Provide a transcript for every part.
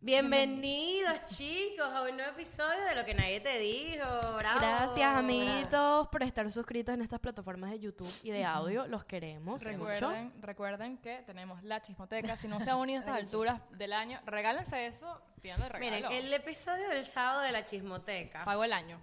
Bienvenidos chicos a un nuevo episodio de Lo que nadie te dijo. Bravo. Gracias, amiguitos, por estar suscritos en estas plataformas de YouTube y de audio. Los queremos. Recuerden, recuerden que tenemos la chismoteca. Si no se han unido a estas alturas del año, regálense eso, pidan el regalo. Miren, el episodio del sábado de la chismoteca Pago el año.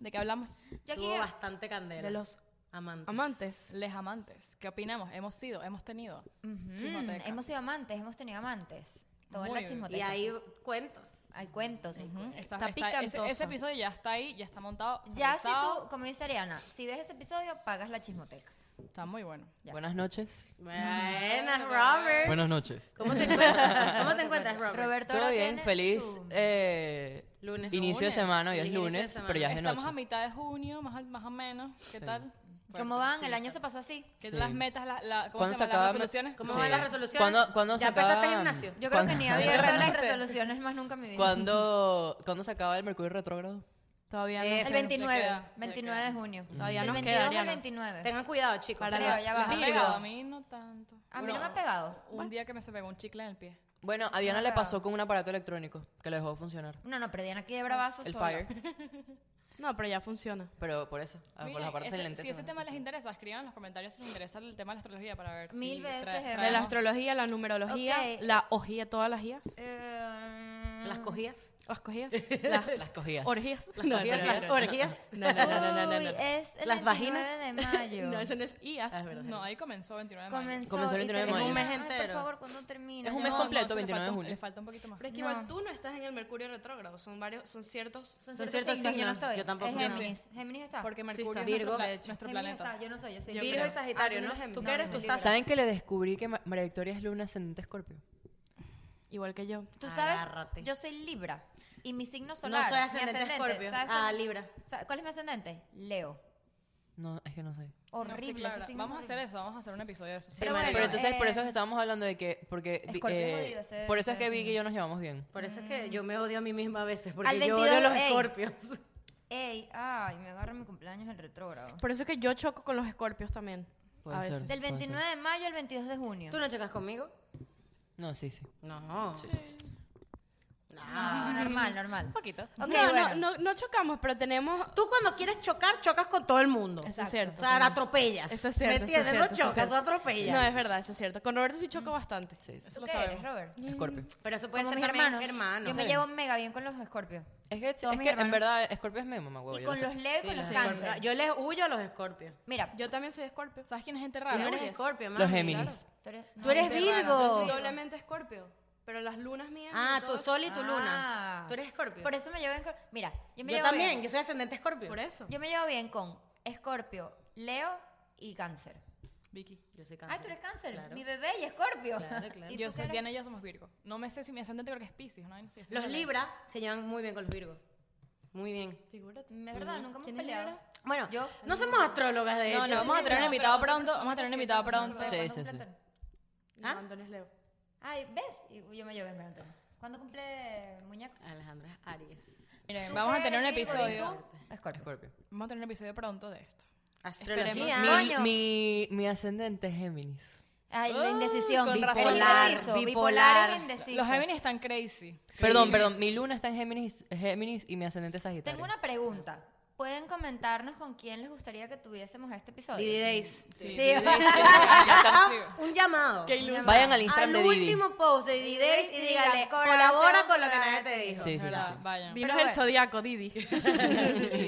¿De qué hablamos? Yo aquí tuvo bastante candela. de los amantes. amantes. Les amantes. ¿Qué opinamos? Hemos sido, hemos tenido. Mm, Chismoteca. hemos sido amantes, hemos tenido amantes. Todo en Muy la bien. y chismoteca. hay cuentos. Hay cuentos. Ujú, Está picantoso. ese, ese episodio ya está ahí, ya está montado. Ya si procesado. tú, como dice Ariana, si ves ese episodio, pagas la chismoteca. Está muy bueno. Ya. Buenas noches. Buenas, Robert. Buenas noches. ¿Cómo te encuentras? ¿Cómo te encuentras, Robert? Roberto Todo ahora bien, tiene feliz su- eh, Lunes. inicio de Lunes. semana, hoy es Inicio de lunes, semana. pero ya es de Estamos noche. a mitad de junio, más, al- más o menos. ¿Qué Sí. tal? ¿Cómo van? El año se pasó así. ¿Qué Sí. las metas, la, la- ¿cómo se ¿Cuándo se llaman acaba? las resoluciones? ¿Cómo Sí. van las resoluciones? ¿Cuándo- cuándo ¿Ya se acaba? empezaste gimnasio? Yo creo que ni había visto las Realmente. resoluciones más nunca en mi vida. ¿Cuándo, ¿Cuándo se acaba el Mercurio retrógrado? Todavía no Eh, sé. El Ya 29, queda, ya 29 queda. de junio. Todavía el nos queda, 22 al Ariana. 29. Tengan cuidado, chicos. Para creo, los ya va. Me ha pegado, A virgos. mí no tanto. A mí Bueno, no me ha pegado. Un día que me se pegó un chicle en el pie. Bueno, a Diana Ah. le pasó con un aparato electrónico que le dejó funcionar. No, no, pero Diana quiebra vasos El sola. Fire. No, pero ya funciona. Pero por eso, ah, por Miren, los aparatos ese- lentes. si ese tema les interesa, escriban en los comentarios si les interesa el tema de la astrología para ver Mil si veces, trae- de la De la traemos- astrología, la numerología, Ok. la ojía, todas las guías. Eh, ¿Las cogías? Las cogías. Las Las cogías. orgías. ¿Las No, cogías? no, ¿Las no, no, no. orgías? No, no, no, no, no, no, uy, no. es el ¿Las 29 vaginas? de mayo. No, eso no es IAS. Ah, es verdad. No, ahí comenzó 29 de mayo. Comenzó, Comenzó el y 29 de termina- mayo. Un mes Ay, entero. por favor, ¿cuándo termina? Es un No, mes no, completo, se le 29 de falta un- julio. Le falta un poquito más. Pero es que No. igual tú no estás en el Mercurio retrógrado. Son varios, son ciertos. Son Son ciertos ciertos signos, signos, yo no estoy. yo tampoco. Es Yo sí. Géminis. Géminis está. Porque Mercurio está. es nuestro Virgo, pla- de hecho. nuestro Géminis planeta. está, yo no soy, yo soy Yo Virgo. Virgo creo. y Sagitario, Ah, tú no ¿no? eres ¿Tú Géminis. qué eres? No, Tú no, estás... ¿Saben que le descubrí que Ma- María Victoria es luna ascendente escorpio? Igual que yo. Tú sabes, Agárrate. yo soy Libra. Y mi signo solar. No soy mi ascendente Scorpio. ¿sabes cuál, Ah, Libra. sa- cuál es mi ascendente? Leo. No, es que no sé. No, sí, Horrible. claro. ese signo Vamos a es hacer horrible. eso, vamos a hacer un episodio de eso. Pero Sí, bueno, Pero entonces, por eh, eso estábamos hablando de que. Porque, vi- Escorpio es eh, jodido, ese- por eso es ese que vi signo. que y yo nos llevamos bien. Por eso es que yo me odio a mí misma a veces, porque Al yo odio a 22, los ey. escorpios. Ey, ay, me agarra mi cumpleaños el retrógrado. Por eso es que yo choco con los escorpios también. Puede a ser. veces. Del puede ser. 29 de mayo al 22 de junio. ¿Tú no checas conmigo? No, sí, sí. No. No, Ah, normal, normal. Un poquito. Ok, no, bueno. no, no, no chocamos, pero tenemos Tú cuando quieres chocar, chocas con todo el mundo. Eso es O Exacto. cierto. sea, la atropellas. Eso es cierto, eso ¿Me es entiendes? cierto, no eso es chocas, tú cierto. atropellas. No, es verdad, eso es cierto. Con Roberto sí choco bastante. Sí, sí. ¿Tú lo qué eres, sabemos. Robert? Escorpio. Pero se puede Como ser mis también hermanos. hermano. Yo me llevo mega bien con los escorpios. Es que, es Todos mis que en hermanos. verdad, Scorpio es mi mamá, huevo, Y yo con lo los sé. Leo y Sí, con los los cáncer. escorpios. Yo les huyo a los escorpios. Mira, Yo también soy escorpio. ¿Sabes quién es gente Tú rara? no eres Huyes. escorpio, mami. Los Géminis. tú eres, Tú eres Gente rara, Virgo. yo Soy doblemente escorpio. Pero las lunas mías. Ah, y tu todo- sol y tu luna. Ah. Tú eres escorpio. Por eso me llevo bien con... Mira, yo me Yo llevo también, bien. yo soy ascendente escorpio. Por eso. Yo me llevo bien con Escorpio, Leo y Cáncer. Vicky. Yo soy Ah, cáncer. tú eres Cáncer, Claro. mi bebé y Escorpio. Claro, claro. ¿Y Yo tú soy qué eres? Diana y yo somos Virgo. No me sé si mi ascendente creo que es Pisces, ¿no? Sí, sí, Los no sé. Libra se llevan muy bien con los Virgos. Muy bien. Figúrate. Es verdad, nunca hemos ¿Quién es peleado. Libra? Bueno, Yo- no somos astrólogas de No, hecho. no, vamos a tener un Pero invitado otra pronto. persona Vamos a tener un que invitado yo pronto. no sé Sí, cuándo sí, cumple sí. Antonio. No, ¿Ah? Antonio es Leo. Ay, ¿ves? Y yo me llevo bien con Antonio. ¿Cuándo cumple Muñeco? Alejandra Aries. Miren, vamos a tener un episodio. Escorpio. Escorpio. Vamos a tener un episodio pronto de esto. Astrología. Esperemos. Mi, Coño. mi, mi ascendente es Géminis. Ay, la indecisión. con razón. Bipolar. Es indeciso. Bipolar es bipolar. indeciso. Los Géminis están crazy. Perdón, Sí. perdón. Mi luna está en Géminis, Géminis y mi ascendente es Sagitario. Tengo una pregunta. ¿Pueden comentarnos con quién les gustaría que tuviésemos este episodio? Didi Days. Sí, sí, Sí. sí, sí, sí, sí. Un llamado. Qué ilusión. Vayan al Instagram Al de Didi. último post de Didi Days y Didi dígale, Days, colabora colaboración con lo que con nadie la te dijo. Sí, sí, sí. Verdad, sí. Vayan. Dinos Pero el bueno. zodiaco, Didi.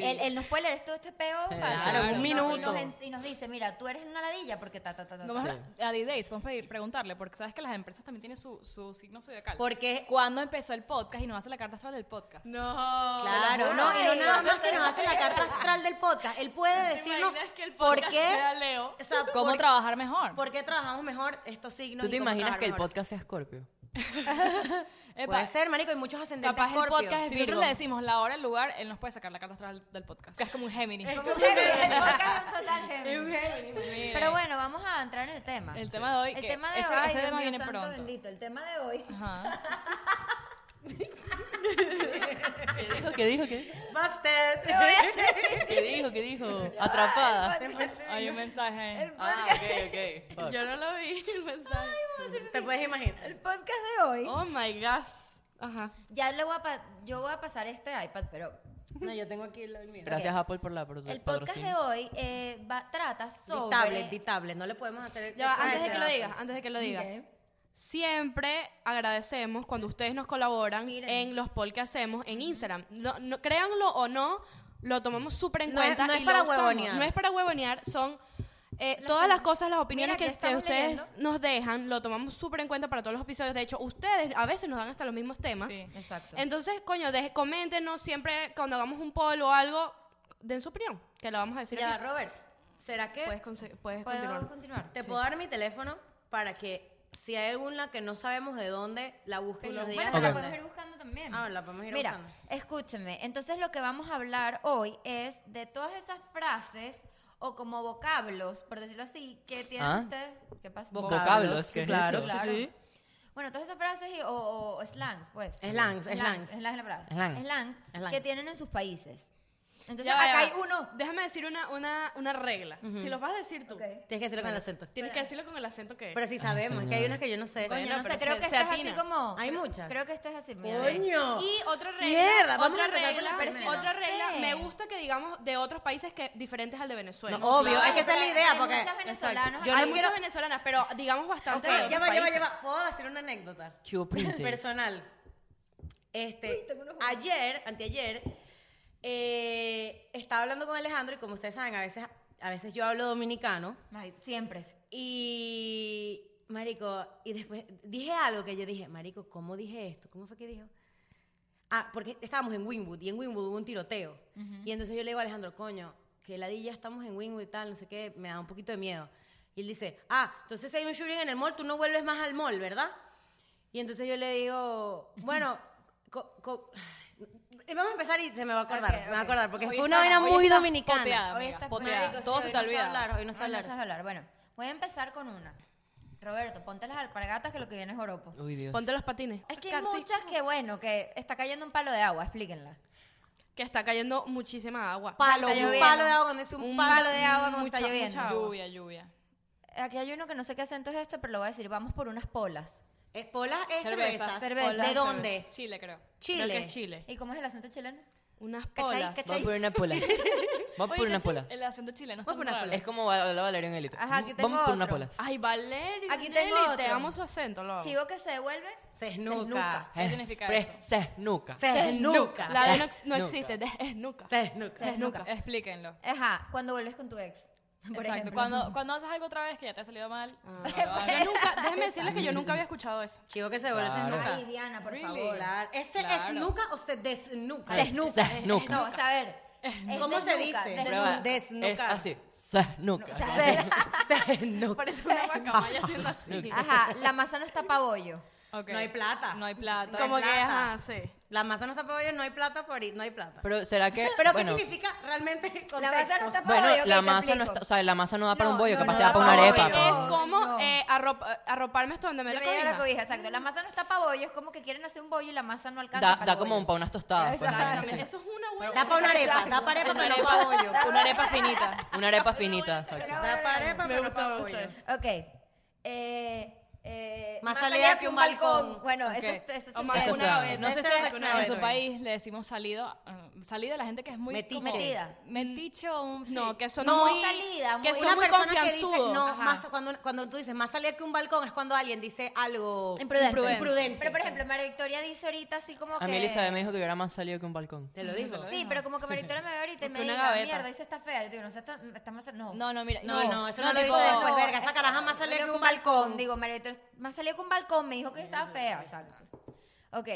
Él, él nos puede leer todo este peo fácil. claro, Y un nos- y minuto. nos en- Y nos, dice, mira, tú eres una ladilla porque ta, ta, ta, ta. No, ta. vamos Sí. a, a D-Days, vamos a pedir- preguntarle, porque sabes que las empresas también tienen su, su signo zodiacal. Porque, ¿Cuándo empezó el podcast y nos hace la carta astral del podcast? No. claro, no, y no nada más que nos hace la carta astral del podcast. Él puede decirnos por qué, Leo? o sea, ¿Cómo por, trabajar mejor? por qué trabajamos mejor estos signos. ¿Tú te y cómo imaginas trabajar que el mejor. podcast sea Scorpio? Puede Epa, ser, marico, hay muchos ascendentes Capaz el Scorpio. podcast es si nosotros Virgo. le decimos la hora, el lugar, él nos puede sacar la carta astral del podcast. Es como un Géminis. Es Como- como- El podcast es un total Géminis. Miren, Pero bueno, vamos a entrar en el tema. el tema de hoy. El que tema de ese, hoy, ese Dios tema mío, viene santo pronto. bendito, el tema de hoy. Ajá. ¿Qué dijo? ¿Qué dijo? ¿Qué dijo? Busted. Te voy a hacer ¿Qué dijo? ¿Qué dijo? Atrapada. el podcast- Hay un mensaje. el Ah, podcast- ok, ok. Fuck. Yo no lo vi el mensaje. Te puedes imaginar. el podcast de hoy. Oh my gosh. Ajá. Ya le voy a pa- yo voy a pasar este iPad, pero No, yo tengo aquí el mío. Gracias Apple por la produ- el podcast de patrocinio. hoy eh, va- trata sobre... Dictable, dictable. No le podemos hacer. Ya va, Ah, antes de ese que lo dato. digas, antes de que lo digas. Ok. Siempre agradecemos cuando ustedes nos colaboran Miren. en los polls que hacemos en Instagram. No, no- créanlo o no, lo tomamos súper en No es- cuenta. no es y para lo usamos. huevonear. No es para huevonear, son eh, Las todas tomas- las cosas, las opiniones Mira, aquí que, que estamos ustedes leyendo. nos dejan, lo tomamos súper en cuenta para todos los episodios. De hecho, ustedes a veces nos dan hasta los mismos temas. Sí. Exacto. Entonces, coño, deje- coméntenos siempre cuando hagamos un poll o algo, den su opinión, que la vamos a decir. Ya va, aquí. Robert. ¿Será que Puedes, conse- puedes ¿Puedo continuar. continuar? te puedo dar mi teléfono para que si hay alguna que no sabemos de dónde, la busquen y nos digan Bueno, Ok. la dónde? podemos ir buscando también. Ah, la podemos ir Mira, buscando. escúcheme. Entonces lo que vamos a hablar hoy es de todas esas frases o como vocablos, por decirlo así, que tienen Ah. ustedes. ¿Qué pasa? Vocablos, ¿qué es claro, eso? sí, sí. Bueno, todas esas frases y- o, o slangs, pues. Slangs, slangs. Slangs es la palabra. Slang. Slangs Slang. que tienen en sus países. Entonces Ya va, acá ya hay va. uno. Déjame decir una, una, una regla. Si los vas a decir tú, Ok. Tienes que decirlo con el acento. tienes que decirlo con el acento que es. Pero sí sabemos, es que hay unas que yo no sé. Coño, Bueno, no pero sé, creo se- que se este es así atina. como. Hay muchas. Creo que este es así. mira. Coño. y otra regla, Mierda, vamos otra a empezar por regla, la primera. otra No regla, sé. me gusta que digamos de otros países que diferentes al de Venezuela. No, obvio, Claro, es que esa es la hay idea, porque- Muchas venezolanos. Yo no acá. hay muchas venezolanas, pero digamos bastante Ok, de otros ya va, ya va, países. ya va. ¿Puedo decir una anécdota? ¿Qué hubo, princess? personal. Este, ayer, anteayer, eh, estaba hablando con Alejandro y como ustedes saben, a veces, a veces yo hablo dominicano Ay, siempre. y, marico, y después dije algo que yo dije, marico, ¿cómo dije esto? ¿Cómo fue que dijo? Ah, porque estábamos en Winwood y en Winwood hubo un tiroteo. Y entonces yo le digo a Alejandro, coño, que ladilla estamos en Winwood y tal, no sé qué, me da un poquito de miedo. Y él dice, ah, entonces si hay un shooting en el mall, tú no vuelves más al mall, ¿verdad? Y entonces yo le digo, bueno, co- co- eh, vamos a empezar y se me va a acordar, me Ok, va a ok. acordar, porque Hoy fue una está- vaina hoy muy estás dominicana. Poteada, Hoy amiga, estás- poteada. Marico, Todo sí, se hoy te no sé olvida. hablar, hoy no sé Ay, Ah, no hablar. sabes hablar. Bueno, voy a empezar con una. Roberto, ponte las alpargatas que lo que viene es oropo. Uy, Dios. Ponte los patines. Es que hay Car- sí. muchas que, bueno, que está cayendo un palo de agua, explíquenla. que está cayendo muchísima agua. palo, Está un lloviendo. palo de agua, cuando dice un, Un palo, palo de agua como mucha- está lloviendo. mucha agua. Lluvia, lluvia. Aquí hay uno que no sé qué acento es este, pero lo voy a decir. Vamos por unas polas. Es pola es cerveza. Cerveza. Cerveza. ¿De dónde? Chile, creo. Creo que Chile. es Chile. ¿Y cómo es el acento chileno? Unas ¿Cachai? polas. ¿Cachai? Vamos por una pola. Vamos por Oye, una ¿cachai? pola. El acento chileno es Voy tan por una raro. pola. Es como va- la Valeria en élite. Ajá, aquí tengo Vamos por una otro. pola. Ay, Valeria. Aquí tengo Nelly, te otro. amo su acento, lo amo. Chivo que se devuelve. Se esnuca. ¿Qué significa Eh, Pre- eso? Se esnuca. Se esnuca. La de no, ex- Es no nuca. existe, de- es nuca. Se esnuca. Se desnuca. Explíquenlo. Ajá, cuando vuelves con tu ex. Por Exacto. ejemplo. Cuando, cuando haces algo otra vez que ya te ha salido mal. Ah. no lo hagas. Yo nunca, déjeme decirles que yo nunca había escuchado eso. Chivo que se vuelve se Claro. esnuca. Ay, Diana, por Really? favor. Claro. ¿Ese Claro. es nuca o se desnuca? Se esnuca. No, o sea, a ver. es ¿Cómo se desnuca, dice? desnuca. Prueba. desnucar. Es así. Se esnuca. No, o sea, Se, se esnuca. Parece una guacamaya haciendo así. Ajá, la masa no está pabollo. Ok. No hay plata. No hay plata. Como que, plata. ajá, sí. La masa no está para hoy, no hay plata por ahí, no hay plata. Pero, Pero será que. bueno, ¿qué significa realmente contexto? La masa no está pabollo. Bueno, ok, la te masa no explico. está. O sea, la masa no da para No, un bollo, no, capaz no te da da para una para arepa. un bollo. Es No, como no. eh, arrop- arroparme hasta donde me Yo la me llevo la cobija. cobija, exacto. La masa no está para bollo, es como que quieren hacer un bollo y la masa no alcanza. Da, para da el como bollo. para unas tostadas. pues, una cosa Exactamente. así. Eso es una buena. Da para una arepa, da para arepa, pero no para hoyo. Una arepa finita. Una arepa finita. exacto. Da para arepa, pero no gustó, para me gustó hoyo. eso. Ok. Eh, eh, Más salida que un balcón. Bueno, Ok. eso, eso, O sí más se- Eso una sabe. vez. No sé Esa si es la en- primera en su vez. país le decimos salido. eh, Salido a la gente que es muy. Metiche. como- Metida. Metiche o un. sí. No, que son No, muy. salida, que muy- son Una muy persona que dice, confianzudos. no, Ajá. más, cuando, cuando tú dices más salida que un balcón es cuando alguien dice algo Imprudente. Imprudente. Imprudente, Pero, por sí. ejemplo, María Victoria dice ahorita así como que... A mí Elizabeth me dijo que yo era más salido que un balcón. Te lo digo. Sí, pero como que María Victoria me ve ahorita y me Porque una dice, "Ah, gaveta. mierda, dice, está fea. Yo digo, no, sé, está, está más... No. No, no, mira. No, no, eso no, lo tipo- dice después, no, verga, es- esa caraja más salió Salió que un balcón. Digo, María Victoria, más salió que un balcón. Me dijo que estaba fea. Exacto. Ok.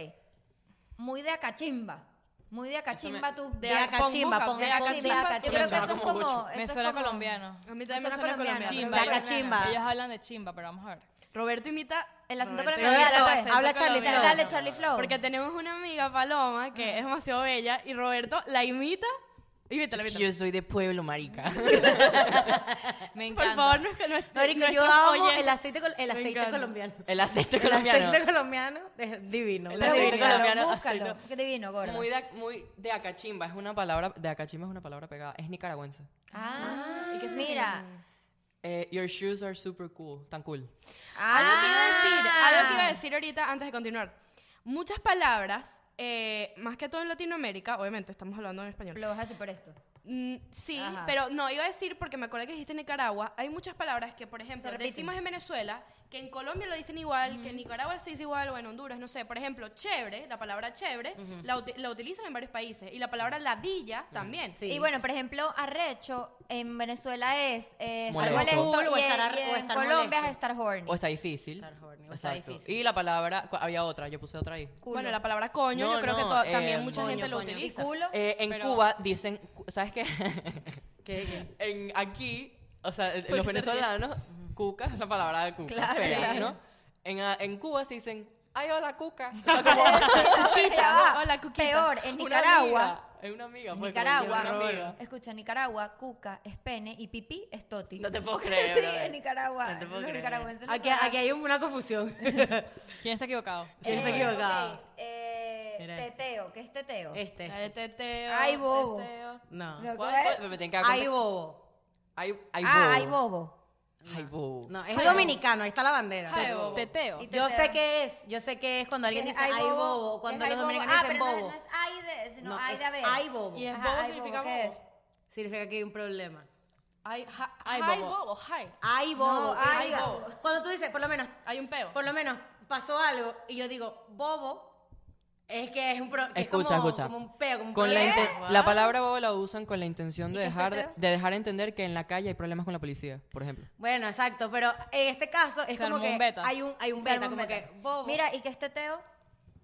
Muy de acachimba. Muy de acachimba tú. de acachimba, pon boca, ponga pon- de acachimba. Yo acachimba. creo que Suena eso es como como... gocho. eso Me es suena como- colombiano. A mí también me Suena suena colombiana, colombiano. Chimba. Chimba. Daca chimba. Ellos hablan de chimba, pero vamos a ver. Roberto imita El acento Roberto colombiano, imita el dale, pues. acento habla Charlie colombiano. Flow. Dale, Charlie Flow. Porque tenemos una amiga, Paloma, que es demasiado bella, y Roberto la imita. Imítala, Es que imítala. yo soy de pueblo, marica. Eh, Me Por encanta. favor, no es que no es Marico, yo nuestros amo oyentes- el aceite, col- el aceite encanta. colombiano. El aceite El colombiano. aceite colombiano es divino. El Pero aceite búscalo, colombiano, búscalo. aceite. Qué divino, gordo. Muy de, muy de acachimba, es una palabra, de acachimba es una palabra pegada, es nicaragüense. Ah, mira. Eh, your shoes are super cool, tan cool. Ah. Algo que iba a decir, algo que iba a decir ahorita antes de continuar. Muchas palabras, eh, más que todo en Latinoamérica, obviamente estamos hablando en español. Lo vas a decir por esto. Mm, sí, Ajá. pero no, iba a decir porque me acuerdo que dijiste Nicaragua. Hay muchas palabras que, por ejemplo, Se repiten. decimos en Venezuela, que en Colombia lo dicen igual, que en Nicaragua se dice igual, o en Honduras, no sé. Por ejemplo, chévere, la palabra chévere, la, uti- la utilizan en varios países. Y la palabra ladilla también. Sí. Y bueno, por ejemplo, arrecho en Venezuela es eh, estar Molesto. molesto, Cool, o y, en- estar ar- y en o estar Colombia molesto. es estar horny. O está difícil. Estar horny, o está Exacto. difícil. Y la palabra, cu- había otra, yo puse otra ahí. Culo. Bueno, la palabra coño, No, yo creo que no, to- eh, también mucha coño, gente lo coño. y utiliza. culo. Eh, en Pero- Cuba dicen, cu- ¿sabes qué? ¿Qué, qué? en, aquí, o sea, el- ¿Por los qué te ríes? venezolanos, cuca es la palabra de cuca, Claro, fea, claro. ¿no? En, ah, en Cuba se dicen, ay, hola, cuca. O sea, como Cuquita, o- o la cuquita. Peor, en una Nicaragua. amiga, Es una amiga. En fue, Nicaragua. como yo, una amiga. Escucha, en Nicaragua, cuca es pene y pipí es toti. No te puedo creer. Sí, brother. en Nicaragua. No te puedo los creer. nicaragüenses no Aquí, saben. aquí hay una confusión. ¿Quién está equivocado? Sí, está Eh, equivocado. ok, eh, Era este. teteo, ¿qué es teteo? Este. La de teteo, Ay, bobo. teteo. No. No, ¿Cuál- ¿qué? cuál? Me- me tienen que dar Hay contexto. bobo. Hay, hay Ah, bobo. hay bobo. Hay bobo. No, es dominicano, ahí está la bandera. Ay, bobo. Teteo. Y Yo teteo. sé qué es, yo sé qué es cuando alguien Que es dice ay bobo, cuando que es los ay bobo. dominicanos Ah, dicen pero no- bobo. No, es ay de, sino ay es de haber. ay bobo. Y es Ajá, bobo ay, significa bobo, bobo. ¿qué es? Significa que hay un problema. Ay, ja- Ay, hi, bobo. bobo, hi. Ay bobo. No, que ay, diga- bobo. Cuando tú dices, por lo menos, Hay un peo. por lo menos pasó algo y yo digo bobo, es que es un pro, que es Escucha, como, escucha. como un peo, como un Con la, problema. inten- la palabra bobo la usan con la intención de ¿Y qué dejar, de, fue de dejar entender que en la calle hay problemas con la policía, por ejemplo. Bueno, exacto, pero en este caso es Se como armó que un beta. hay un hay un beta, como que bobo. Mira, ¿y qué es teteo?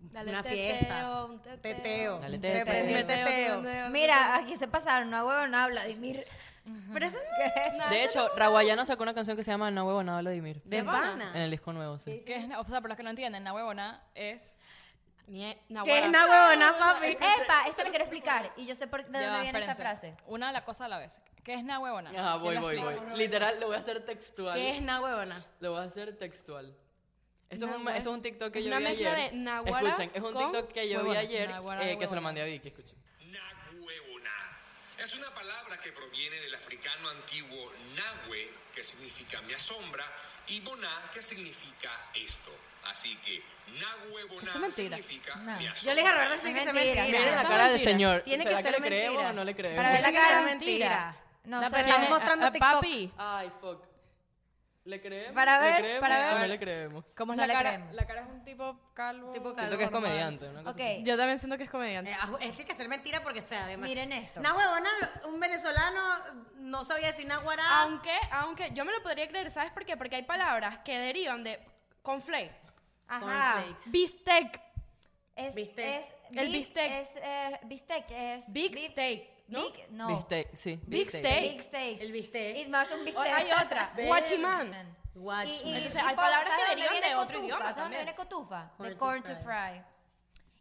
Dale una teteo, fiesta. un teteo. Teteo. Dale Se teteo. prendió el Teteo, teteo. teteo. Mira, aquí se pasaron, no huevo, no habla, Dimir. Pero eso no ¿Qué? De hecho, Rawayana sacó una canción que se llama No huevo, no Vladimir. de pana. En el disco nuevo, sí. ¿Qué es, na- o sea, para los que no entienden, la huevona es... Nie- Que es e- Nahuara. una huevona, papi. Epa, esta le quiero explicar y yo sé por, de Ya dónde va, viene esta espérense. frase. Una de las cosas a la vez. ¿Qué es na huevona? Ah, voy, ¿Quién lo voy, explica? voy. Literal, lo voy a hacer textual. ¿Qué es una huevona? Lo voy a hacer textual. Esto, es, un, Nahuara. esto es un TikTok que Es yo una vi mezcla ayer. de Nahuara Escuchen, es un con TikTok que yo vi huevona. ayer Nahuara, eh, que se lo huevona. mandé a Vicky, escuchen. Nahueona. Es una palabra que proviene del africano antiguo nahue, que significa me asombra, y boná, que significa esto. Así que Esto es nahueona mentira. significa No. me Yo le dije a Roberto Es sí, que se mentira. mentira. Miren Eso la es cara del mentira. señor. Tiene que ¿Será ser le creemos mentira. o no le creemos? Para ver la Tiene que cara ser de mentira. No la se pero ve. están mostrando Ah, TikTok. papi. Ay, fuck. ¿Le creemos? Para ¿Le ver, creemos para o ver. no le creemos? ¿Cómo es No la le cara? creemos. La cara es un tipo calvo. Tipo Siento Algo que es normal. comediante. Una cosa Ok, así. Yo también siento que es comediante. Eh, ah, es que hay que ser mentira porque, o sea, además. miren esto. Una huevona, un venezolano no sabía decir una guarada. Aunque, aunque yo me lo podría creer, ¿sabes por qué? Porque hay palabras que derivan de conflay, Ajá. Cornflakes. bistec, Es, Bistec. es- El big- bistec. Es, eh, bistec es... big big- steak, ¿no? big- no. Bistec, sí. Big bistec. steak. Big steak. El bistec. Y más un O- bistec. hay otra, Ven. guachimán. Guach. Entonces, hay palabras que derivan de otro idioma ¿Sabes dónde también? viene cotufa? De Corn to corn to fry. fry.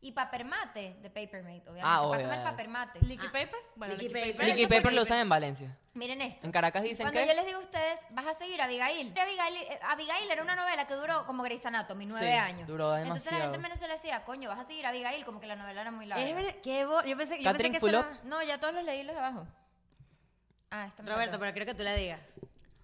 Y paper mate, de paper mate, obviamente. Ah, obvio, Pásame el obvio. paper mate. Licky paper. Bueno, Ah, Licky licky paper. paper. Licky Eso por Paper lo Licky usan en Valencia. Miren esto. En Caracas dicen Cuando que... yo les digo a ustedes, vas a seguir a Abigail. Pero Abigail, eh, Abigail era una novela que duró como Grey's Anatomy, nueve Sí, años. duró Entonces la gente demasiado. en Venezuela decía, coño, vas a seguir a Abigail, como que la novela era muy larga. Es verdad, qué bo- Yo pensé, yo pensé Catherine que eso era- Fulop. No, ya todos los leí los de abajo. Ah, esta me Roberto, faltó. pero creo que tú la digas.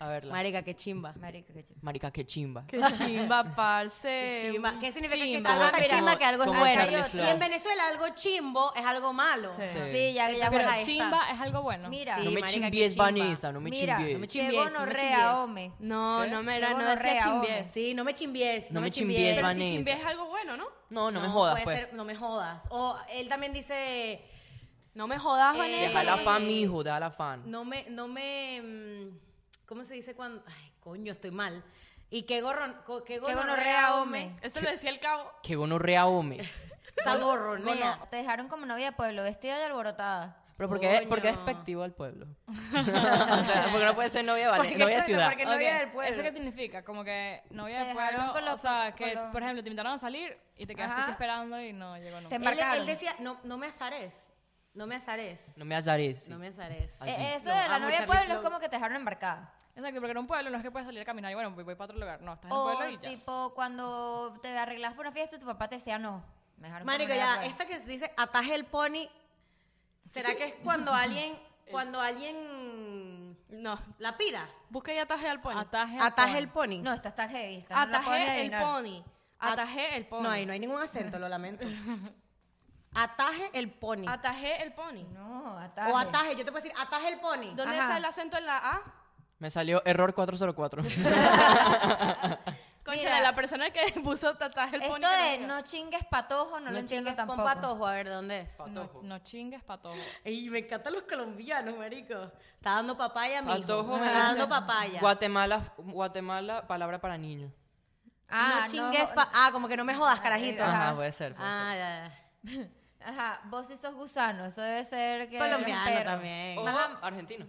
A verla. Marica, qué chimba. Marica, qué chido. Marica, qué chimba. Qué chimba, parce. Ah, Qué chimba. ¿Qué significa chimba. que algo está Mira, chimba que algo es como bueno? Charlie Y Flow. en Venezuela algo chimbo es algo malo. Sí. Sí. Sí, ya, ya Entonces, bueno. ahí está. Chimba es algo bueno. Mira, Sí, No me marica, qué chimbies, chimba. Vanessa, no me mira, chimbies. me qué chimbies, no me gonorrea, chimbies. home. No, no me era, Luego no nos rea, decía chimbies. Sí, no me chimbies. No me chimbies, Pero Vanessa. si chimbies es algo bueno, ¿no? No, no me jodas, puede pues. ser, no me jodas. O él también dice, No me jodas, Eh, Vanessa. Deja la Eh, fan, mijo, deja la fan. no me, no me, mm, ¿cómo se dice cuando? Ay, coño, estoy mal. Y qué gorron, co- qué gonorrea, gonorrea, home. home. Eso lo decía el cabo. Que gonorrea, hombre. Está gorronea. Te dejaron como novia de pueblo, vestida y alborotada. Pero ¿por qué, ¿por qué Coño. despectivo al pueblo? o sea, porque no puede ser novia, de vale, novia de ciudad. Porque novia Ok, del pueblo. ¿Eso qué significa? Como que novia Te del dejaron pueblo, con los- o sea, con que, los- por ejemplo, te invitaron a salir y te quedaste Ajá. así esperando y no llegó Te nunca. Él- embarcaron. Él decía, no, no me azares. No me azares. No me azares. Ah, No me azares. Así. Eh, eso Lo de la amo, novia del Charlie pueblo es Flow. como que te dejaron embarcada. Exacto, porque en un pueblo no es que puedes salir a caminar y bueno, voy, voy para otro lugar. No, estás en el O pueblo y ya. tipo, cuando te arreglas por una fiesta y tu papá te decía no. Me dejaron con Marico, la novia ya, pues". del esta que dice ataje el pony, ¿será que es cuando alguien, cuando alguien No. la pira? Busca y ataje al pony. Ataje, al Ataje pony. el pony. pueblo. No, esta está heavy. esta no la puedo Atajé ni el adivinar. pony. Atajé el pony. No, ahí no hay ningún acento, lo lamento. Ataje el pony. Atajé el pony. No, ataje. O ataje, yo te puedo decir ataje el pony. ¿Dónde Ajá. está el acento en la A? Me salió error 404. Concha, la persona que puso ataje el pony. Esto que de no- no chingues patojo no, lo entiendo chingues, pon tampoco. patojo, a ver dónde es. No, no chingues patojo. Ey, me encantan los colombianos, marico. Está dando papaya, mijo. Patojo me Está Ah, dando dice, papaya. Guatemala, Guatemala, palabra para niño. Ah, no chingues pa- Ah, como que no me jodas, carajito. Ajá. Ajá, puede ser. puede Ah, ya, ya. Ajá, vos sí sos gusano, eso debe ser que eres un Colombiano perro. ser. también. O argentino.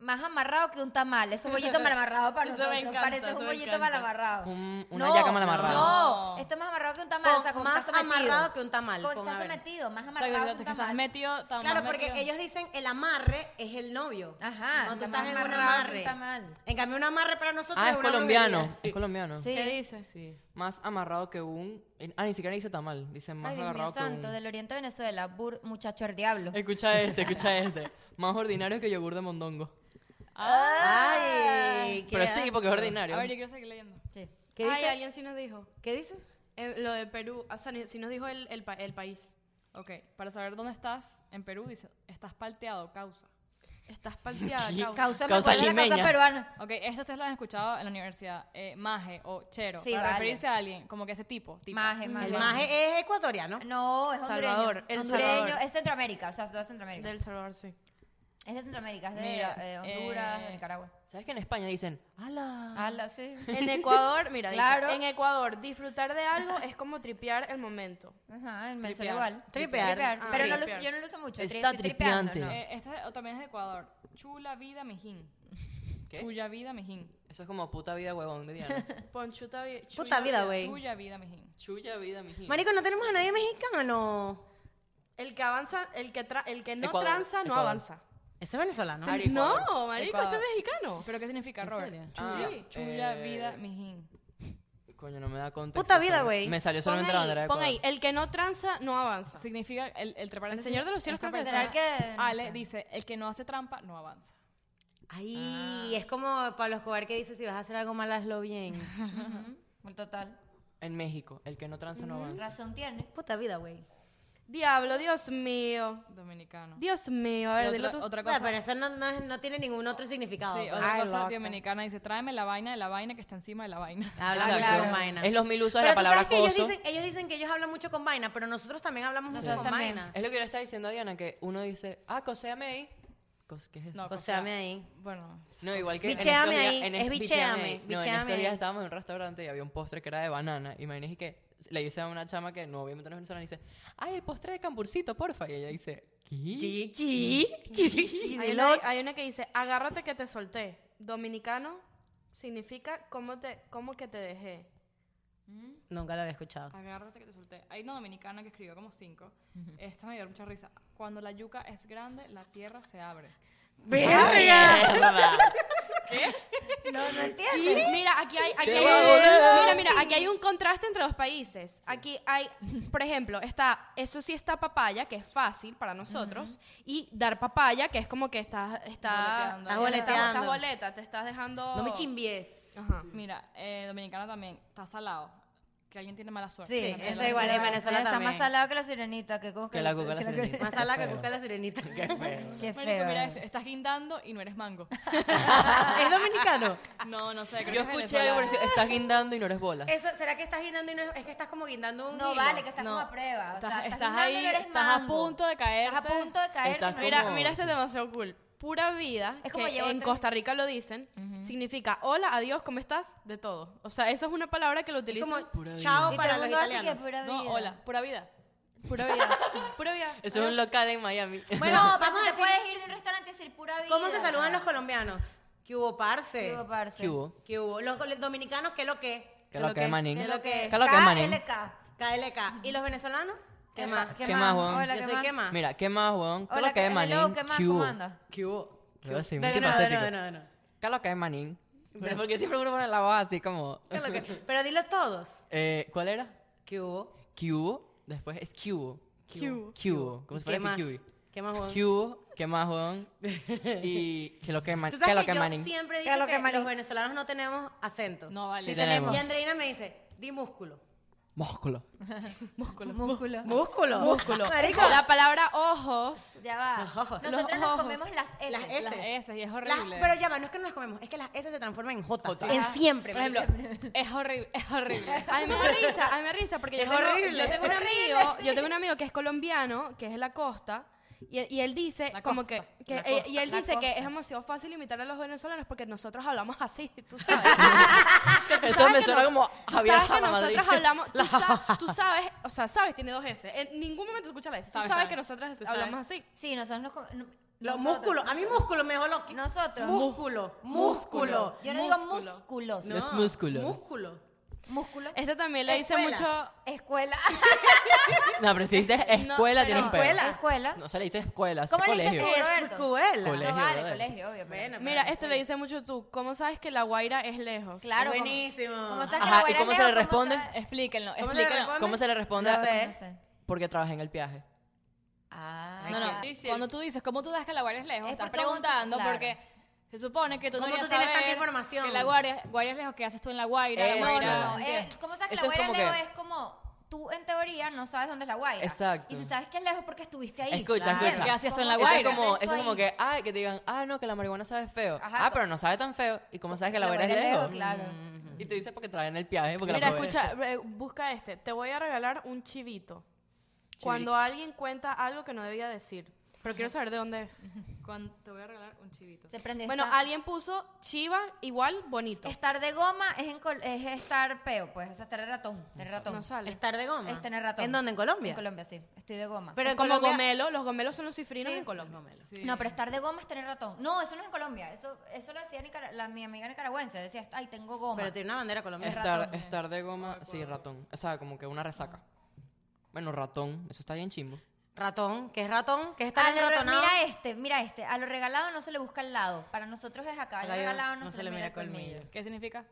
Más amarrado que un tamal, es un bollito mal amarrado para Eso me nosotros, encanta, parece eso un me bollito encanta. mal amarrado. Un- una yaca mal amarrada. No, No. esto es más amarrado que un tamal, o sea, Con- como más está sometido. amarrado que un tamal, Como pon, está a ver. sometido, más O sea, amarrado que que, un que estás tamal. metido tan Claro, más porque metido. ellos dicen el amarre es el novio. Ajá, Cuando tú está estás en más un amarrado que amarre. un tamal. En cambio, un amarre para nosotros Ah, es una colombiano. brujería. Es colombiano. Sí. ¿Qué dice? Sí. Más amarrado que un. Ah, ni siquiera dice tamal. Dice más Ay, Dios mío agarrado que santo, un. del oriente de Venezuela, bur- muchacho el diablo. Escucha este, escucha este. Más ordinario que yogur de mondongo. Ah, Ay, qué Pero sí, asco. porque a es ordinario. ver, yo quiero seguir leyendo. Sí. ¿Qué Ay, dice? alguien sí nos dijo. ¿Qué dice? Eh, lo de Perú. O sea, ni- sí nos dijo el, el, pa- el país. Ok, para saber dónde estás, en Perú dice, estás palteado, causa. Estás palteada, causa. Causa, me acuerdo Causa de la causa limeña. peruana. Ok, esto ustedes lo han escuchado en la universidad. eh, maje o chero. Sí, para vale. referirse a alguien, como que ese tipo. tipa. Maje, maje. El maje es ecuatoriano. No, es hondureño. Salvador, El hondureño, Salvador. es Centroamérica, o sea, todo es Centroamérica. Del Salvador, sí. Es de Centroamérica, es de Mira, eh, Honduras, eh, de Nicaragua. ¿Sabes que en España dicen. ¡Hala! Ah. Ala, sí. En Ecuador, mira, dice, Claro. en Ecuador, disfrutar de algo es como tripear el momento. Ajá, en Venezuela Tripear. igual. Tripear. Ah, Pero no lo tripear. uso- yo no lo uso mucho. Está estoy tripeando, tripeante. ¿no? Eh, este o también es de Ecuador. Chula vida mijín. ¿Qué? Chulla vida mijín. Eso es como puta vida huevón de Diana. Pon chuta vi- chulla Puta vida, güey. Chulla vida mijín. Chulla vida, mijita. Marico, no tenemos a nadie mexicano. El que avanza, el que, tra- el que no Ecuador, tranza, no Ecuador. avanza. Eso es venezolano. Ari, Ecuador. No, marico, Ecuador. esto es mexicano. ¿Pero qué significa, Robert? serio? Ah, Chulla, chulla eh, vida mijín. Coño, no me da contexto. Puta vida, solo- güey. Me salió Pon solamente la bandera ahí, de pon ahí, Ecuador. el que no tranza, no avanza. Significa el, el El Señor de los Cielos creo que ¿Será el que...? Ah, no Ale sé. dice, el que no hace trampa no avanza. Ay, es como Pablo Escobar que dice, si vas a hacer algo mal, hazlo bien. Ujú, El total. En México, el que no tranza Mm, no avanza. Razón tiene. Puta vida, güey. Diablo, Dios mío. Dominicano. Dios mío, a ver, Y otra, dilo tú. otra Bueno, cosa. pero eso no, no es- no tiene ningún otro significado. sí, pues. otra Ay, cosa loco. dominicana dice, tráeme la vaina de la vaina que está encima de la vaina. Habla Exacto. mucho con vaina. Es los mil usos de Pero la tú palabra sabes que ellos coso. dicen, ellos dicen que ellos hablan mucho con vaina, pero nosotros también hablamos mucho Nosotros con también. vaina. Es lo que yo le estaba diciendo a Diana, que uno dice, ah, coséame ahí. Cos- ¿Qué es eso? No, No, Coséame ahí. Bueno, igual que. en Bichéame estos días- ahí, en es este- bichéame, ahí. No, en bichéame estos días ahí. estábamos en un restaurante y había un postre que era de banana. Y me dije que le dice a una chama que no, obviamente no es venezolana, y dice, ay, el postre de camburcito, porfa. Y ella dice, ¿qué? Chiqui. Y Hay de una, lo- hay una que dice, agárrate que te solté. Dominicano significa cómo, te, cómo que te dejé. Nunca lo había escuchado. agárrate que te solté. Hay una dominicana que escribió como cinco. Esta me dio mucha risa. Cuando la yuca es grande, la tierra se abre. ¡Verga! No, no entiendes. Mira, aquí hay, aquí ¡Qué hay- mira, babosa! mira, aquí hay un contraste entre los países. Aquí hay, por ejemplo, está, eso sí está papaya, que es fácil para nosotros, y dar papaya, que es como que estás, estás, Boleteando. estás, Estás boleteando. estás boleta, te estás dejando. No me chimbies. Ajá. Mira, eh, dominicana también, está salado. Que alguien tiene mala suerte. Sí, Sí, También eso la- es igual en Venezuela Está también. más salado que la sirenita. Que, como Que la cuca la sirenita. Más salada que Qué feo. cuca la sirenita. Qué Qué feo. Marico, feo. mira, este, estás guindando y no eres mango. ¿Es dominicano? No, no sé. Creo Yo que es escuché algo venezolano. parecido, estás guindando y no eres bola. Eso, ¿Será que estás guindando y no es que estás como guindando un No hilo? vale, que estás No. como a prueba. O sea, Estás- estás, estás guindando y no ahí, eres estás a mango. punto de Estás a caerte. punto de caerte. Estás no eres como- Mira, ¿Cómo? mira, este es demasiado cool. Pura vida, Es es como como que llevo en tres- Costa Rica lo dicen, significa hola, adiós, ¿cómo estás? De todo. O sea, esa es una palabra que lo Es utilizan. como Pura chao Y todo para el los mundo hace que italianos. pura vida. No, hola, pura vida. Pura vida. Pura vida. Eso es un local en Miami. Bueno, no, pero vamos si a te decir- puedes ir de un restaurante a decir pura vida. ¿Cómo se saludan los colombianos? ¿Qué hubo, parce? Digo, parce. ¿Qué hubo? ¿Qué hubo? Los col- dominicanos, ¿qué lo que? ¿Qué lo que, manín? ¿Qué lo que? ¿Qué lo que, manín? KLK. KLK. ¿Y los venezolanos? ¿Qué más? ¿Qué más, huevón? Hola, Yo ¿qué soy más? ¿qué más? Mira, ¿qué más, weón? ¿Qué Hola, lo que, ¿qué- hello, manín? ¿qué más? ¿Qué hubo? ¿Cómo andas? ¿Qué hubo? Luego así, No, no, no, multifacético. no, no, no. ¿Qué lo que es manín? Pero porque siempre uno pone la voz así como... ¿Qué lo que? Pero dilo todos. Eh, ¿Cuál era? ¿Qué hubo? ¿Qué hubo? Después es ¿qué hubo? ¿Qué hubo? ¿Qué hubo? Como si ¿Qué fuera más? así, ¿qué hubo? ¿Qué más, hubo? ¿Qué hubo? ¿Qué más, weón? Y ¿qué lo que, man... Tú ¿Qué sabes lo que, que yo manín? siempre he ¿Qué dicho lo que, que manín? los venezolanos no tenemos acento. No vale. Sí Y tenemos. Andreina me dice, di músculo. Músculo. Músculo. ¿Músculo? Músculo. Marico. La palabra ojos. Ya va. Los ojos. Nosotros Los nos ojos. comemos las S. Las S. Las S, y es Las- horrible. pero ya va, no es que no las comemos, es que las S se transforman en J. Jota. En siempre. Por marico. ejemplo, es horrible, es horrible. A mí me da risa, a mí me da risa porque yo Es tengo, horrible. yo tengo un Es amigo, yo tengo un amigo que es colombiano, que es de la costa. Y, y él dice La como que, costa, que- la eh, costa, y él la dice que costa. es demasiado fácil imitar a los venezolanos porque nosotros hablamos así, tú sabes. Eso sabes me que suena no- como tú Javier sabes que Jalamadrid. nosotros hablamos, tú, sa- tú sabes, o sea, sabes, tiene dos S. En ningún momento escucha la S. Tú Sabes, sabes, sabes. que nosotros Tú hablamos así. Sí, nosotros nos comemos. Los músculos, a mí músculo mejor lo que... Nosotros. Músculo, músculo. Yo no digo Músculo. músculos. No. Los músculos. Músculo. Músculo. Esta Este también le dice Escuela. mucho Escuela. No, pero si dices escuela, pero- tienes un pedo. Escuela. Escuela. No se le dice escuela, es ¿Cómo le dices colegio. tú? Es Roberto. escuela. Colegio, No vale, brother. colegio, obvio. Bueno, pero- Mira, pero- esto le dice mucho tú. ¿Cómo sabes que La Guaira es lejos? Claro. como- buenísimo. ¿Cómo sabes que Ajá, la ¿y guaira cómo es se Eh, le lejos? ¿Cómo responde? sabes? Explíquenlo, ¿Cómo se le explíquenlo. responde? ¿Cómo se le responde? No sé. No sé. Porque trabajé en el viaje. Ah. No, no. Sí, sí. Cuando tú dices, ¿cómo tú das que la guardia es lejos? Es Estás por cómo tú- preguntando claro. porque se supone que tú no ¿Cómo tú deberías tienes tanta saber información? Que la guardia, guardia es lejos, ¿qué haces tú en la guaira? La Eso. No, guaira, no, no. ¿entiendes? eh, ¿Cómo sabes que Eso la es guaira es como lejos? que- Es como tú en teoría no sabes dónde es la guaira. Exacto. Y si sabes que es lejos porque estuviste ahí. Escucha, escucha. ¿Qué hacías tú en la Eso ¿Cómo es guaira? como, estoy eso es como ahí? que, ay, que te digan, ah, no, que la marihuana sabe feo. Ajá, ah, pero no sabe tan feo. ¿Y cómo sabes que la guaira buena es lejos? Mm. Claro. Y tú dices porque traen el viaje, porque Mira, la probé. escucha, eh, busca este. Te voy a regalar un chivito. Cuando alguien cuenta algo que no debía decir. Pero quiero saber de dónde es. Cuando- te voy a regalar un chivito. Se prendió. Bueno, esta- alguien puso chiva igual bonito. Estar de goma es, en col- es estar peo, pues. O sea, estar de ratón. Tener ratón. No sale. Estar de goma. Es tener ratón. ¿En dónde? ¿En Colombia? En Colombia, sí. Estoy de goma. Pero en como Colombia- gomelo. Los gomelos son los cifrinos Sí. en Colombia. No, pero estar de goma es tener ratón. No, eso no es en Colombia. Eso, eso lo decía Nicara- la, mi amiga nicaragüense. Decía, ay, tengo goma. Pero tiene una bandera colombiana. Estar, estar de goma, sí, ratón. O sea, como que una resaca. Bueno, ratón, eso está bien chimbo. Ratón, ¿qué es ratón? ¿Qué es A estar lo re- enratonado? Ah, mira este, mira este. A lo regalado no se le busca el lado. Para nosotros es a caballo Caballo regalado no, se, le mira el colmillo. ¿Qué significa?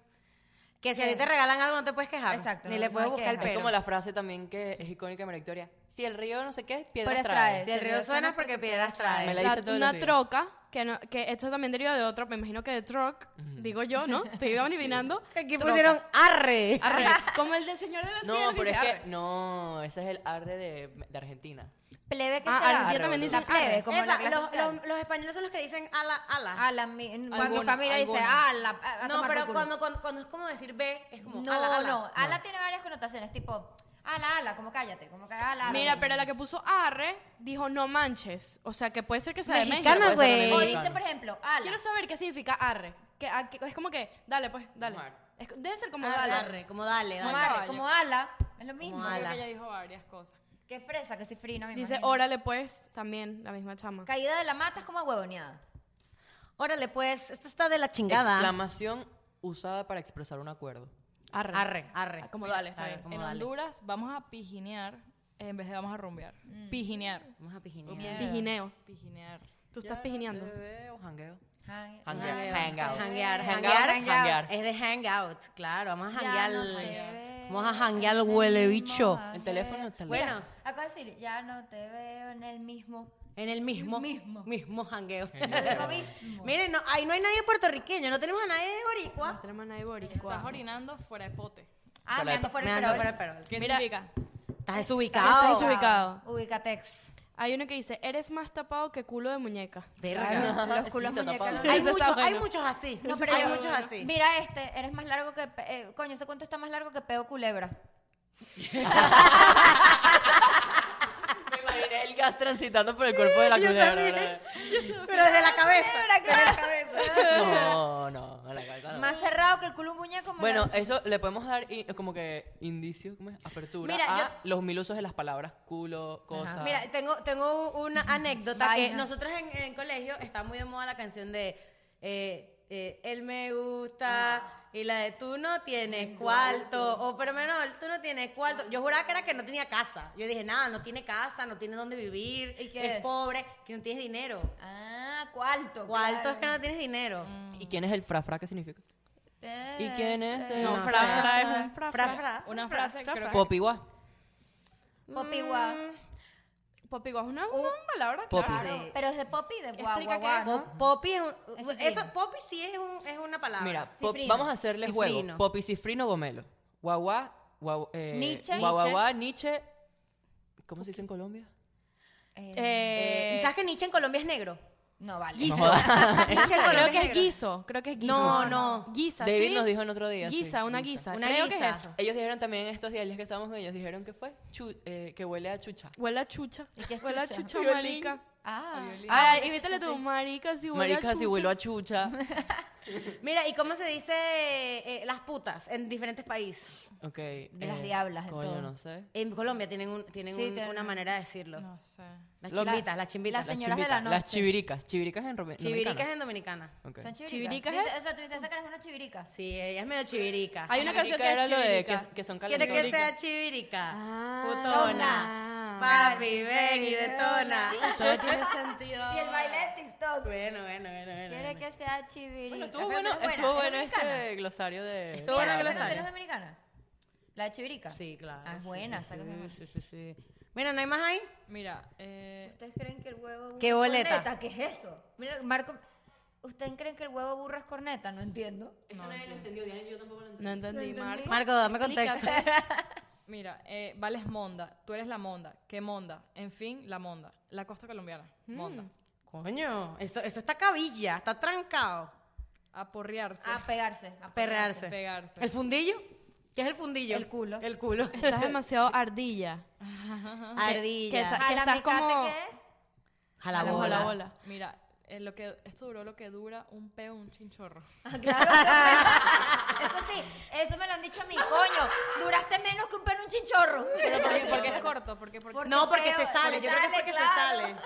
Que si a ti te regalan algo no te puedes quejar. Exacto, Ni no- le no puedes hay que buscar el dejar. Es pelo. como la frase también que es icónica de María Victoria. Si el río no sé qué, piedras Pero trae. traes. Si el río suena es porque piedras trae. Me la La- hice todos los una días. troca, que, no- que esto también deriva de otro, me imagino que de truck, digo yo, ¿no? Estoy adivinando. Aquí Troca. pusieron arre. Arre. Como el del señor de la No, sierra que pero es dice que, arre. no, ese es el arre de, de Argentina. Plebe que Ah, será. Argentina también la dicen plebe, arre. como la Epa, clase los, social. los- los españoles son los que dicen ala, ala. A la mi, cuando Algunos, mi familia dice, algunos. a la, a- no, a tomar por pero culo". cuando, cuando, cuando es como decir ve, es como No, ala, ala. no, ala tiene varias connotaciones, tipo, ala, ala, como cállate, como que ala, ala. Mira, pero la que puso arre dijo no manches. O sea, que puede ser que sea de México. Mexicana, Pero puede ser de güey. O mexicano. dicen, por ejemplo, ala. Quiero saber qué significa arre. Que, a- que- es como que, dale, pues, dale. Mar. Es co- debe ser como Como dale, dale. arre, como dale, como, dale. arre, caballo. como ala, es lo mismo. Como Creo ala. que ella dijo varias cosas. Qué fresa, qué cifrina, me Dice, imagino. órale, pues, también, la misma chama. Caída de la mata es como huevoneada. Órale, pues, esto está de la chingada. Exclamación usada para expresar un acuerdo. Arre. Arre, arre. Ah, Como dale, está Arre, bien. como en dale. Honduras vamos a pijinear eh, en vez de vamos a rumbear. Pijinear. Vamos a pijinear. Pijineo. Pijinear. Tú estás pijineando. Bebeo, jangueo. Hang- Hanguear, Hangout. hangout. Hanguear, Hangout, hanguear. hanguear. Es de hangout, claro. Vamos a Ya hanguear. no te al- veo Vamos a hanguear el en huele mismo bicho. hacer. El teléfono está Bueno. lejos. Acabo de decir, ya no te veo en el mismo. En el mismo. Mismo. Mismo hangueo. Lo mismo. Miren, no, ahí no hay nadie puertorriqueño. No tenemos a nadie de No Boricua. tenemos a nadie boricua. Estás orinando fuera de pote. Ah, me ando Me fuera el ando perol. fuera el perol. ¿Qué Mira, significa? Estás desubicado. Estás desubicado. Ubicatex. Hay uno que dice, eres más tapado que culo de muñeca. Verga. Los culos Sí, te muñecas. tapaba. Hay, Eso está muchos, hay bueno. muchos así. No, pero hay yo- muchos así. Mira este, eres más largo que... pe- eh, coño, ese cuento está más largo que peo culebra. Me imaginé el gas transitando por el cuerpo de la Yo culebra. también. Pero desde la cabeza. Culebra, desde la claro. cabeza. No, no, la cabeza no. Más cerrado que el culo de un muñeco. me Bueno, la- eso le podemos dar i- como que indicio, ¿cómo es? Apertura Mira, a yo- los mil usos de las palabras culo, cosa. Mira, tengo, tengo una anécdota que Vaina. nosotros en, en colegio está muy de moda la canción de eh, eh, Él me gusta y la de Tú no tienes cuarto. O pero menos, tú no tienes cuarto. Yo juraba que era que no tenía casa. Yo dije, nada, no tiene casa, no tiene dónde vivir, ¿Y qué es, es? pobre, que no tienes dinero. Ah, cuarto. Cuarto claro. es que no tienes dinero. ¿Y quién es el frafra? ¿Qué significa? Eh, ¿Y quién es? eh, el- No, No fra, sé. fra es un fra, Fra, fra. fra. Una frase, fra, creo fra. que- Popiguá. Popi guau. Mm. Popi guau, es una, una palabra Popi. clara. Claro, Ah, Sí. Pero es de popi y de guau, Explica guau, qué es. guau, Po- ¿no? Poppy es un- Es cifrino. eso, Poppy sí es, un- es una palabra. Mira, pop- Cifrino. vamos a hacerle Cifrino. juego. Popi Cifrino Gomelo. Guaguá, guau, eh, Nietzsche. guau, guau, guau, Nietzsche. ¿Cómo se dice en Colombia? Eh, Eh, Eh, ¿Sabes que Nietzsche en Colombia es negro? no vale. No jodas. Nietzsche en creo Colombia que es negro. guiso, creo que es guiso. No, no. Guisa, David ¿sí? nos dijo el otro día. sí, Guisa, una guisa. Una creo que guisa. es eso. Ellos dijeron también estos días, el día que estábamos con ellos, dijeron que fue chu- eh, que huele a chucha. Huele a chucha. ¿Y qué es Huele a chucha? chucha, Violín. marica. Ah, Ay, ay, invítale tú, marica, si huele a Marica, chucha. si huelo a chucha. Mira, ¿y cómo se dice eh, eh, las putas en diferentes países? Ok. eh, De las diablas, Coño, entonces. no sé. En Colombia tienen, un- tienen Sí, un- tienen- una manera de decirlo. No sé. Las Lo- chimbitas, Las- las chimbitas. las Las señoras de la chimbitas, Las noche. chiviricas. Chiviricas en Rome- chiviricas dominicana. en dominicana. Ok. ¿Son ¿Chivirica chivirica? Dice- es? O sea, tú dices, esa cara es una chivirica. Sí, ella es medio chivirica. Hay una canción Chivirica que era es lo de chivirica. que, que son ¿Quiere que calentonicas. sea chivirica? Ah, Putona. toma. Papi, ven y detona. Todo tiene sentido. Y el baile de TikTok. Bueno, bueno, bueno, bueno. Quiere bueno. que sea chivirica. Bueno, estuvo Esa bueno, canción es estuvo buena. bueno ¿Es dominicana? este glosario de. Estuvo bueno que palabras. lo ¿Esa canción es sale. dominicana? ¿La de chivirica? Sí, claro. Ah, es sí, buena sí, esa canción. sí, sí, sí, sí. Mira, ¿no hay más ahí? Mira, eh, ¿Ustedes creen que el huevo ¿Qué burro es boleta? ¿Qué es eso? Mira, Marco, ¿ustedes creen que el huevo burro es corneta? No entiendo. Eso nadie lo entendió, Diana, yo tampoco lo entendí. No entendí, entendí. Marco. Marco, dame contexto. mira, eh, Vales Monda, tú eres la Monda, ¿qué Monda? En fin, la Monda, la costa colombiana, Monda. Coño, esto, esto está cabilla, está trancado. Aporrearse, A pegarse. A Perrearse. pegarse. ¿El fundillo? ¿Qué es el fundillo? El culo. El culo. Estás demasiado ardilla. Que, Ardilla. esta- que Jalamecate, estás como... ¿qué es? Jala Ojo, la bola. Mira, eh, lo que, esto duró lo que dura un peo, un chinchorro. Ah, claro. eso sí, eso me lo han dicho a mí. Coño, duraste menos que un pelo en un chinchorro. Pero porque, porque es corto, porque, porque Por- No, porque Porque se sale. sale, Yo creo que es porque claro.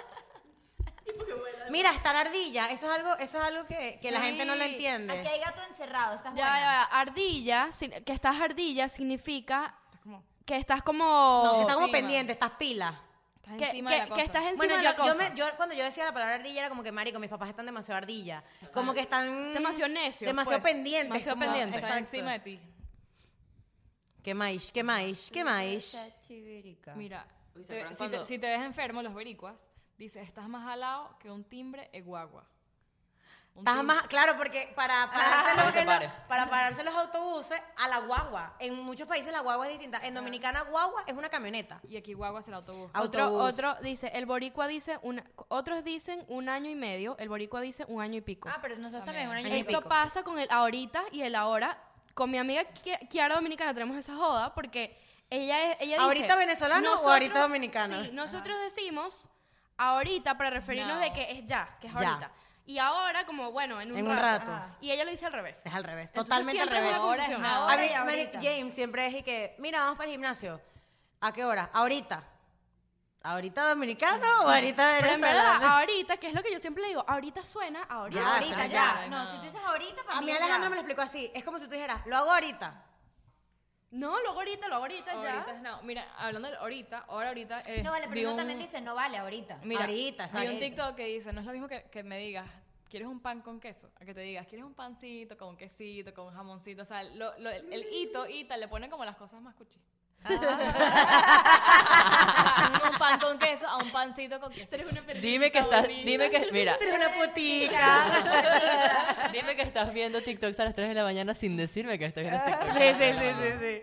se sale. Mira, estar ardilla. Eso es algo, eso es algo que, que la Sí. gente no lo Aquí entiende. hay gato encerrado, esa es Ya, buena. ya, ya. Ardilla, sin- que estás ardilla significa como- que estás como... No, está como encima. pendiente, estás pila. estás que, encima que- de la que cosa. estás encima Bueno, de yo, la yo cosa. me- yo cuando yo decía la palabra ardilla era como que marico, mis papás están demasiado ardilla. Como que están Demasiado necios, Demasiado pues. pendientes. Demasiado como- pendientes. Estás Exacto. encima de ti. ¿Qué más? ¿Qué más? ¿Qué más? Esa chivirica. Mira, Uy, ¿se te- acuerdan si, te, cuando- si te ves enfermo, los bericuas, dice, estás más jalado que un timbre de guagua. Un Estás timbre- más, claro, porque Ah, para pararse, Para los, que se en la- pare. para pararse los autobuses a la guagua. En muchos países la guagua es distinta. En Dominicana guagua es una camioneta. Y aquí guagua es el autobús. Ah, Otro, autobús. otro dice, el boricua dice, una- otros dicen un año y medio, el boricua dice un año y pico. Ah, pero nosotros también, un año y Esto pico. pasa con el ahorita y el ahora. Con mi amiga Ki- Kiara Dominicana tenemos esa joda porque ella es. Ella ¿Ahorita dice, venezolano o "Nosotros-" ahorita dominicano? Sí, nosotros decimos ahorita para referirnos No. de que es ya, que es Ya. ahorita. Y ahora, como bueno, en un En un rato. rato. Ajá. Y ella lo dice al revés. Es al revés. Entonces, Totalmente al siempre es revés. una Ahora es confusión. now. A Ahora mí, y Mari- ahorita. James siempre es y que, mira, vamos para el gimnasio. ¿A qué hora? ¿Ahorita? ¿Ahorita dominicano o ahorita Pero en verdad, venezolano? ahorita, que es lo que yo siempre le digo, ahorita suena ahorita. Ya, ahorita, ajá, ya. ya, No, no. si tú dices ahorita, para A mí es Alejandro ya. me lo explicó así. Es como si tú dijeras, lo hago ahorita. No, luego ahorita, luego ahorita, Ahorita ya. es now. Mira, hablando de ahorita, ahora ahorita... eh, No, vale, vi pero uno un- también dice, no vale, ahorita. Mira, Ahorita, vi ahorita. un TikTok que dice, no es lo mismo que, que me digas, ¿quieres un pan con queso? A que te digas, ¿quieres un pancito con quesito, con jamoncito? O sea, lo- lo- el, el hito, hita, le ponen como las cosas más cuchis. Ah. O sea, un pan con queso a un pancito con queso. Dime que estás, dime que, mira, Eres una putica. dime que estás viendo TikToks a las 3 de la mañana sin decirme que estás viendo TikToks. Sí, sí, sí, sí, sí.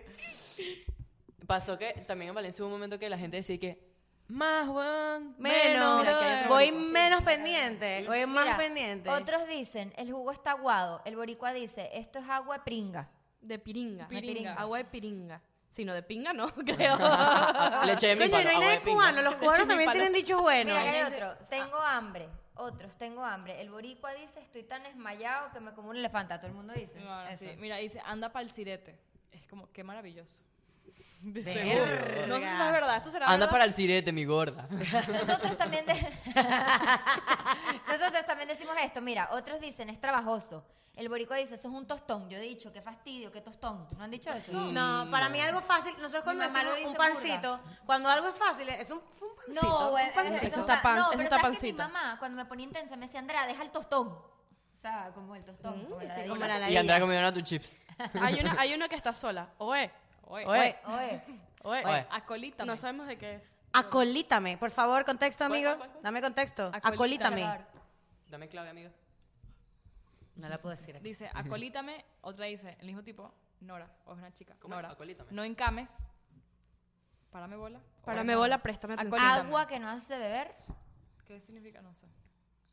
Pasó que también en Valencia hubo un momento que la gente decía que más one, Menos. menos. dos". voy menos pendiente. Voy más Mira, pendiente. Otros dicen, el jugo está aguado. El boricua dice, esto es agua de pringa. De piringa. De piringa. Agua de piringa. Si no, de pinga no, creo. "Ah, Le eché mi Coño, palo, no hay nada agua de de pinga. cubano. Los Le cubanos eché mi también palo. tienen dicho bueno. Mira, hay otro. Tengo hambre. Otros, tengo hambre. El boricua dice, estoy tan esmayado que me como un elefanta. Todo el mundo dice. No, no, eso. sí. Mira, dice, anda para el sirete. Es como, qué maravilloso. De Verga. seguro. No sé si eso es verdad. Esto será Anda verdad. para el sirete, mi gorda. Nosotros también, de- Nosotros también decimos esto. Mira, otros dicen, es trabajoso. El boricua dice, eso es un tostón. Yo he dicho, qué fastidio, qué tostón. ¿No han dicho eso? No, para mí algo fácil, nosotros cuando mamá lo hacemos un dice pancito, cuando algo es fácil, es un, fue un pancito. No, fue güey, eh, un pancito. eso está pan- no, eso pero está ¿sabes que mi pancito. mamá, cuando me ponía intensa, me decía, Andrea, deja el tostón. O sea, como el tostón. como la como la ladilla. y Andrea comiendo tus chips. Hay una, hay uno que está sola. Oe. Oye, Oe. Oye, Oe. Oe. Acolítame. No sabemos de qué es. Acolítame, por favor, contexto, ¿Cuál, amigo. cuál, cuál, cuál? Dame contexto. Acolítame. Acolítame. claro. Dame clave, amigo. No la puedo decir. aquí. Dice, acolítame. Otra dice, el mismo tipo, Nora. O es una chica. ¿Cómo es? Nora. Acolítame. No encames. Párame bola. Párame bola, préstame atención. Acolítame. Agua que no hace beber, ¿Qué significa? No sé.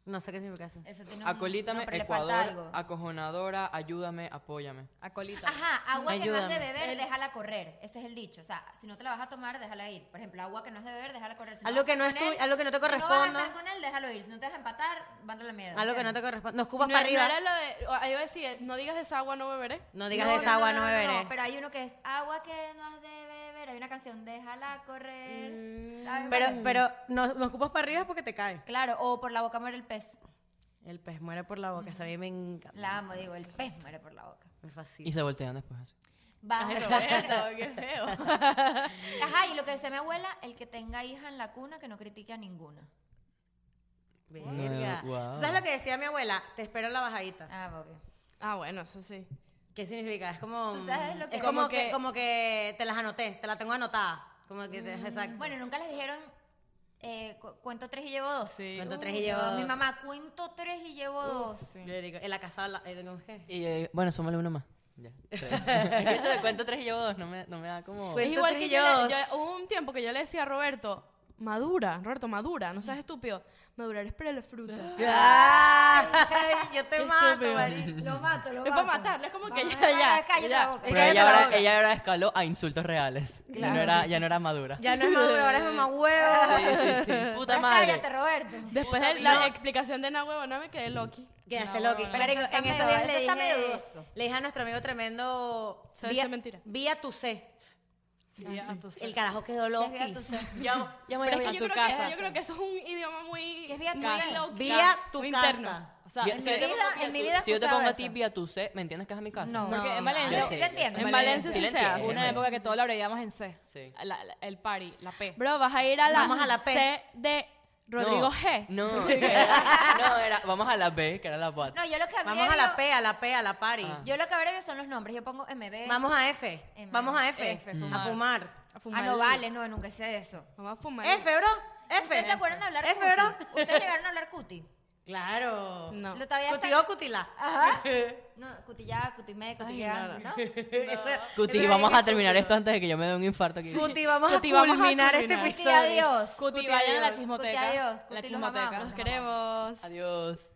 No sé qué significa eso. eso tiene un... Acolítame, no, pero le falta Ecuador, algo. acojonadora, ayúdame, apóyame. Acolítame. Ajá, agua que no has de Ayúdame. beber, déjala correr. Ese es el dicho. O sea, si no te la vas a tomar, déjala ir. Por ejemplo, agua que no has de beber, déjala correr. Si Algo vas a que no estar es con tu- él, algo que no te Si no vas a corresponda. estar con él, déjalo ir. Si no te vas a empatar, manda a la mierda. Algo que no te ¿entiendes? corresponde. Nos No, cubas no para arriba. era lo de, o- ahí iba a decir, no digas esa agua, no beberé. No digas No, de esa agua, no, no, beberé. no, pero hay uno que es agua que no has de beber. Hay una canción, déjala correr. ¿Sabes? Mm, pero, pero nos, nos cubas para arriba porque te cae. Claro, o por la boca muere el pez. El pez muere por la boca, esa a mí me encanta. La amo, digo, el pez muere por la boca. Me Y fascina. se voltean después así. Baja. Ay, Roberto, qué feo. Ajá, y lo que decía mi abuela, el que tenga hija en la cuna que no critique a ninguna. Verga. Ah, guau. ¿Tú ¿Sabes lo que decía mi abuela? Te espero en la bajadita. Ah, obvio. Ah, bueno, eso sí. ¿Qué significa? Es como. ¿Tú sabes lo que- es como Como que, que- como que te las anoté, te las tengo anotadas. Como que te- exacto. Bueno, nunca les dijeron eh, cu- cuento tres y llevo dos. Sí. Cuento tres y llevo Mi dos. mamá, cuento tres y llevo dos. Yo digo, en la casa. La, eh, ¿cómo es que? Y eh, bueno, súmale uno más. Ya. tres. es que eso de cuento tres y llevo dos, no me, no me da como. Pues- es Cuento igual tres que y yo, le- yo dos. yo- hubo un tiempo que yo le decía a Roberto, madura, Roberto, madura, no seas estúpido, madurar es para la fruta. ¡Ay! Yo te Qué mato, estúpido. Mari. Lo mato, lo Es para matarle, es como que Vamos, ya, vamos, ya, vamos, cállate ya. la boca. Pero Cállate ella la ahora, boca. ella ahora escaló a insultos reales. Ya no era, ya no era madura. Ya no es maduro, ahora es mamá Sí, huevo. sí, sí. Puta Ahora madre. Cállate, Roberto. Después de la explicación de Nahuevo, no me quedé loqui. Quedaste loco. bueno. Marico, Eso está en estos medio- días eso le está medio dije, dudoso. le dije a nuestro amigo tremendo. Se dice mentira. Vía tu C. Ya, a tu- El carajo quedó Ya loco. es vía tu ser. Llamo- llamo Pero ya es voy que a yo tu creo, casa. que, yo creo que eso es un idioma muy, Que es vía tu muy casa. low-key, Vía tu muy casa. interno. O sea, Yo- En si yo mi te vida, pongo- en mi vida Si yo te escuchaba pongo a eso. ti vía tu C, ¿me entiendes que es a mi casa? No, Porque en Yo Valencia- sí te entiendo. En Valencia Sí, sí la se entiendo. hace. Una época que todo lo abreviamos en C. Sí. La- la- el party, la P. Bro, vas a ir a la, Vamos a la P. C de Rodrigo No, G. No, era- no, era. Vamos a la B, que era la pata. No, yo lo que Vamos a la P, a la P, a la party. Ah. Yo lo que abrevio son los nombres. Yo pongo MB. Vamos a F. M. Vamos a F. F, fumar. A fumar. A Ah, fumar. no vale, no, nunca hice eso. Vamos a fumar. F, bro. ¿Ustedes se F. acuerdan de hablar F, bro. cuti? ¿Ustedes llegaron a hablar cuti? Claro. No. Lo todavía está- Cutí o cutila. Ajá. No, cutillá, cutimé, cutillá, ¿no? Este Eso- Cuti, eso vamos es a terminar esto antes de que yo me dé un infarto aquí. Cuti, vamos Cuti, a vamos a culminar este culminar. episodio. Cuti, adiós. Cuti, vayan a la Cuti, chismoteca. adiós. La Cuti, los amamos. chismoteca. Los queremos. Adiós.